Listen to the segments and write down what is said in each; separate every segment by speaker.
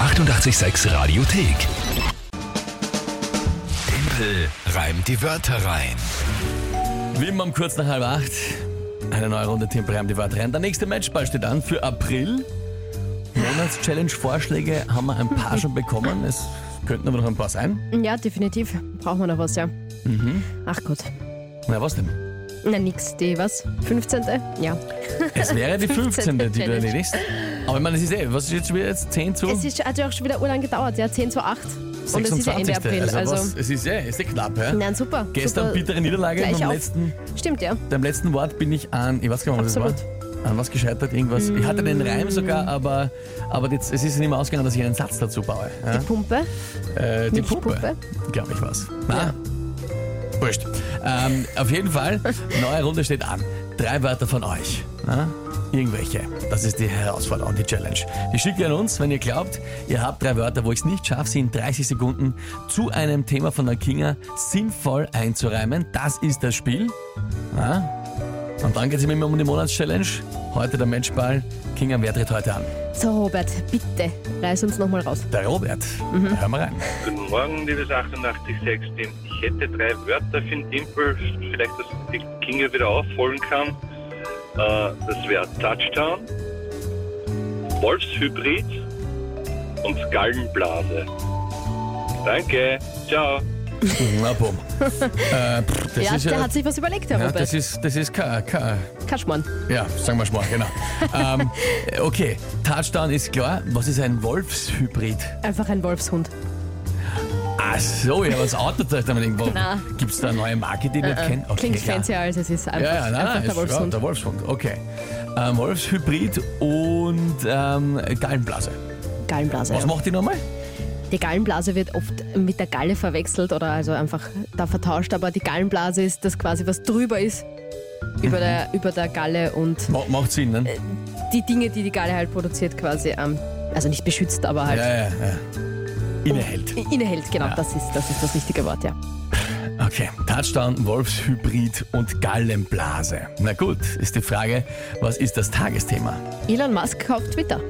Speaker 1: 886 Radiothek. Tempel reimt die Wörter rein.
Speaker 2: Wie immer um kurz nach halb acht. Eine neue Runde Tempel reimt die Wörter rein. Der nächste Matchball steht an für April. Monatschallenge-Vorschläge haben wir ein paar schon bekommen. Es könnten aber noch ein paar sein.
Speaker 3: Ja, definitiv. Brauchen wir noch was, ja.
Speaker 2: Mhm.
Speaker 3: Ach Gott.
Speaker 2: Na, was denn?
Speaker 3: Na nix, die was? 15. Ja.
Speaker 2: Oh. Es wäre die 15. die du
Speaker 3: Challenge.
Speaker 2: erledigst. Aber ich meine, es ist eh, was ist jetzt schon wieder jetzt? 10 zu?
Speaker 3: Es ist, hat ja auch schon wieder urlang gedauert, ja. 10 zu 8. Und es ist ja
Speaker 2: 26.
Speaker 3: Ende April.
Speaker 2: also,
Speaker 3: Also,
Speaker 2: was, es ist ja, ist ja knapp, ja?
Speaker 3: nein, super.
Speaker 2: Gestern
Speaker 3: super.
Speaker 2: bittere Niederlage und
Speaker 3: Gleich
Speaker 2: am
Speaker 3: auf.
Speaker 2: letzten,
Speaker 3: Stimmt, ja.
Speaker 2: beim letzten Wort bin ich an, ich weiß gar nicht, was das war, an was gescheitert, irgendwas. Ich hatte den Reim sogar, aber, aber jetzt, es ist nicht mehr ausgegangen, dass ich einen Satz dazu baue. Ja?
Speaker 3: Pumpe.
Speaker 2: Äh, die
Speaker 3: Milchpumpe?
Speaker 2: Puppe, glaube ich, was. Na, wurscht. Ähm, auf jeden Fall, neue Runde steht an. Drei Wörter von euch. Na? Irgendwelche. Das ist die Herausforderung, die Challenge. Die schickt ihr an uns, wenn ihr glaubt, ihr habt drei Wörter, wo ich es nicht schaffe, sie in 30 Sekunden zu einem Thema von der Kinga sinnvoll einzureimen. Das ist das Spiel. Na? Und dann geht es immer um die Monatschallenge. Heute der Matchball. Kinga, wer tritt heute an?
Speaker 3: So, Robert, bitte, reiß uns nochmal raus.
Speaker 2: Der Robert.
Speaker 3: Mhm.
Speaker 2: Hören wir rein.
Speaker 4: Guten Morgen, liebes 886-Team. Ich hätte drei Wörter für den Tempel, vielleicht, dass die Kinga wieder aufholen kann. Äh, das wäre Touchdown, Wolfshybrid und Gallenblase. Danke, ciao.
Speaker 2: Na bumm. äh, pff, das
Speaker 3: ja,
Speaker 2: ist
Speaker 3: der
Speaker 2: ja,
Speaker 3: hat sich was überlegt, Herr
Speaker 2: ja,
Speaker 3: Robert.
Speaker 2: das ist, das ist ka, ka,
Speaker 3: Kaschmann.
Speaker 2: ja, sagen wir mal, genau. ähm, okay, Touchdown ist klar. Was ist ein Wolfshybrid?
Speaker 3: Einfach ein Wolfshund.
Speaker 2: Ach so, ja, was Auto da irgendwo.
Speaker 3: Na. Äh,
Speaker 2: Gibt es da eine neue Marke, die wir kennen? Okay,
Speaker 3: Klingt
Speaker 2: klar.
Speaker 3: fancier, als es ist. Einfach,
Speaker 2: Ja, ja, nein,
Speaker 3: einfach
Speaker 2: nein,
Speaker 3: der
Speaker 2: ist, ja,
Speaker 3: Wolfshund.
Speaker 2: der Wolfshund, okay. Ähm, Wolfshybrid und ähm, Gallenblase.
Speaker 3: Gallenblase.
Speaker 2: Was
Speaker 3: ja.
Speaker 2: macht die nochmal?
Speaker 3: Die Gallenblase wird oft mit der Galle verwechselt oder also einfach da vertauscht, aber die Gallenblase ist das quasi, was drüber ist
Speaker 2: Mhm.
Speaker 3: über, der, über der Galle und
Speaker 2: Ma macht Sinn, ne?
Speaker 3: Äh, die Dinge, die die Galle halt produziert, quasi, ähm, also nicht beschützt, aber
Speaker 2: Ja,
Speaker 3: halt
Speaker 2: ja, ja. Innehält.
Speaker 3: innehält. Genau, das, ist, das ist das richtige Wort, ja.
Speaker 2: Okay, Touchdown, Wolfshybrid und Gallenblase. Na gut, ist die Frage, was ist das Tagesthema?
Speaker 3: Elon Musk kauft Twitter.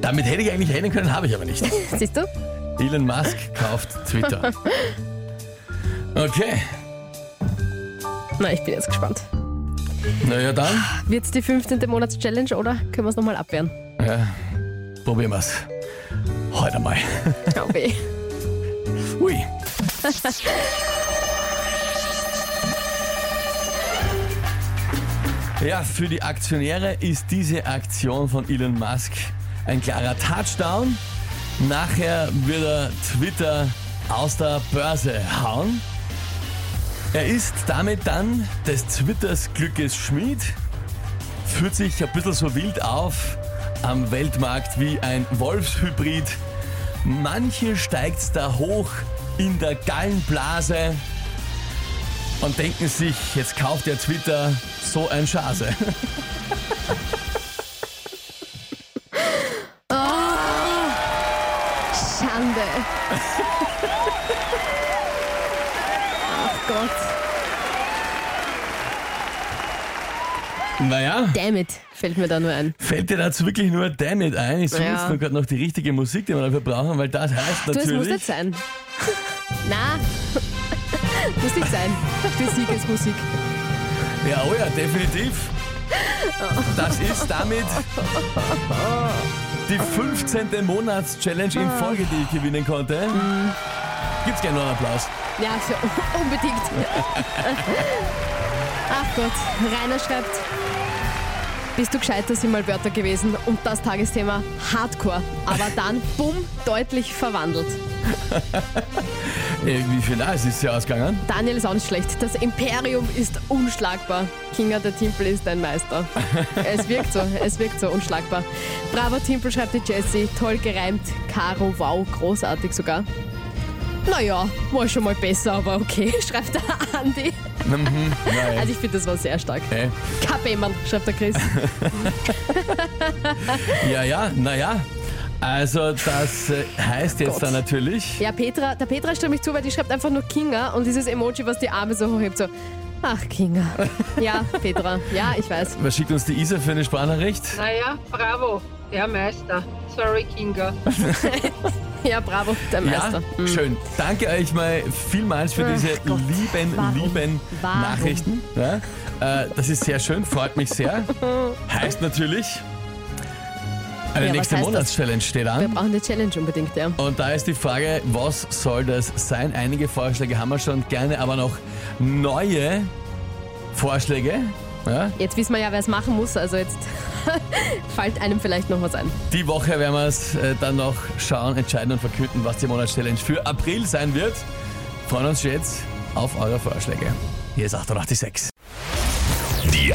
Speaker 2: Damit hätte ich eigentlich reden können, habe ich aber nicht.
Speaker 3: Siehst du?
Speaker 2: Elon Musk kauft Twitter. Okay,
Speaker 3: Na, ich bin jetzt gespannt.
Speaker 2: naja dann,
Speaker 3: Wird's die 15. Monats-Challenge oder können wir es nochmal abwehren?
Speaker 2: probieren wir's. Heute mal.
Speaker 3: Okay.
Speaker 2: Ui. Ja, für die Aktionäre ist diese Aktion von Elon Musk ein klarer Touchdown. Nachher wird er Twitter aus der Börse hauen. Er ist damit dann des Twitters Glückes Schmied, führt sich ein bisschen so wild auf am Weltmarkt wie ein Wolfshybrid. Manche steigt's da hoch in der Gallenblase und denken sich, jetzt kauft der Twitter so ein Schase. Ah!
Speaker 3: Schande. Ach Gott.
Speaker 2: Naja,
Speaker 3: Damn it, fällt mir da nur ein.
Speaker 2: fällt dir dazu wirklich nur Damit ein? Ich suche
Speaker 3: Ja.
Speaker 2: jetzt nur gerade noch die richtige Musik, die wir dafür brauchen, weil das heißt
Speaker 3: Du, es muss
Speaker 2: natürlich...
Speaker 3: nicht sein. Na, muss nicht sein. Für Sieg ist Musik.
Speaker 2: Ja, oh ja, definitiv. Das ist damit die 15. Monats-Challenge in Folge, die ich gewinnen konnte.
Speaker 3: Mhm.
Speaker 2: Gibt's gerne noch einen Applaus.
Speaker 3: Ja, so, unbedingt. Ach Gott, Rainer schreibt, bist du gescheiter sind mal Wörter gewesen und das Tagesthema Hardcore, aber dann bumm, deutlich verwandelt.
Speaker 2: Äh, Wie viel da ist es ja ausgegangen?
Speaker 3: Daniel ist auch nicht schlecht. Das Imperium ist unschlagbar. Kinga, der Timpel ist ein Meister. Es wirkt so, es wirkt so, unschlagbar. Bravo Timpel, schreibt die Jessie. Toll gereimt. Caro, wow, großartig sogar. Naja, war schon mal besser, aber okay, schreibt der Andi.
Speaker 2: Mhm. Nein.
Speaker 3: Also ich finde, das war sehr stark.
Speaker 2: Äh,
Speaker 3: Kappehmann, schreibt der Chris.
Speaker 2: Ja, ja, naja. Also das äh, heißt jetzt
Speaker 3: Gott.
Speaker 2: dann natürlich,
Speaker 3: Ja, Petra, der Petra stimmt mich zu, weil die schreibt einfach nur Kinga und dieses Emoji, was die Arme so hochhebt, so, ach Kinga. Ja, Petra, ja, ich weiß.
Speaker 2: was schickt uns die Isa für eine Sprachnachricht?
Speaker 5: Naja, bravo. Der Meister. Sorry, Kinga.
Speaker 3: Ja, bravo, der
Speaker 2: Ja,
Speaker 3: Meister. Mhm.
Speaker 2: schön. Danke euch mal vielmals für
Speaker 3: Ach
Speaker 2: diese
Speaker 3: Gott,
Speaker 2: lieben,
Speaker 3: warum?
Speaker 2: lieben
Speaker 3: Warum?
Speaker 2: Nachrichten. Ja, äh, das ist sehr schön, freut mich sehr. Heißt natürlich, eine
Speaker 3: Ja, was
Speaker 2: nächste
Speaker 3: heißt das?
Speaker 2: Monatschallenge steht
Speaker 3: Wir
Speaker 2: an.
Speaker 3: brauchen eine Challenge unbedingt, ja.
Speaker 2: Und da ist die Frage, was soll das sein? Einige Vorschläge haben wir schon, gerne aber noch neue Vorschläge. Ja,
Speaker 3: Jetzt wissen wir ja, wer es machen muss, also jetzt fällt einem vielleicht noch was ein.
Speaker 2: die Woche werden wir es äh, dann noch schauen, entscheiden und verkünden, was die Monatschallenge für April sein wird. Freuen uns schon jetzt auf eure Vorschläge. Hier ist 886.
Speaker 1: Die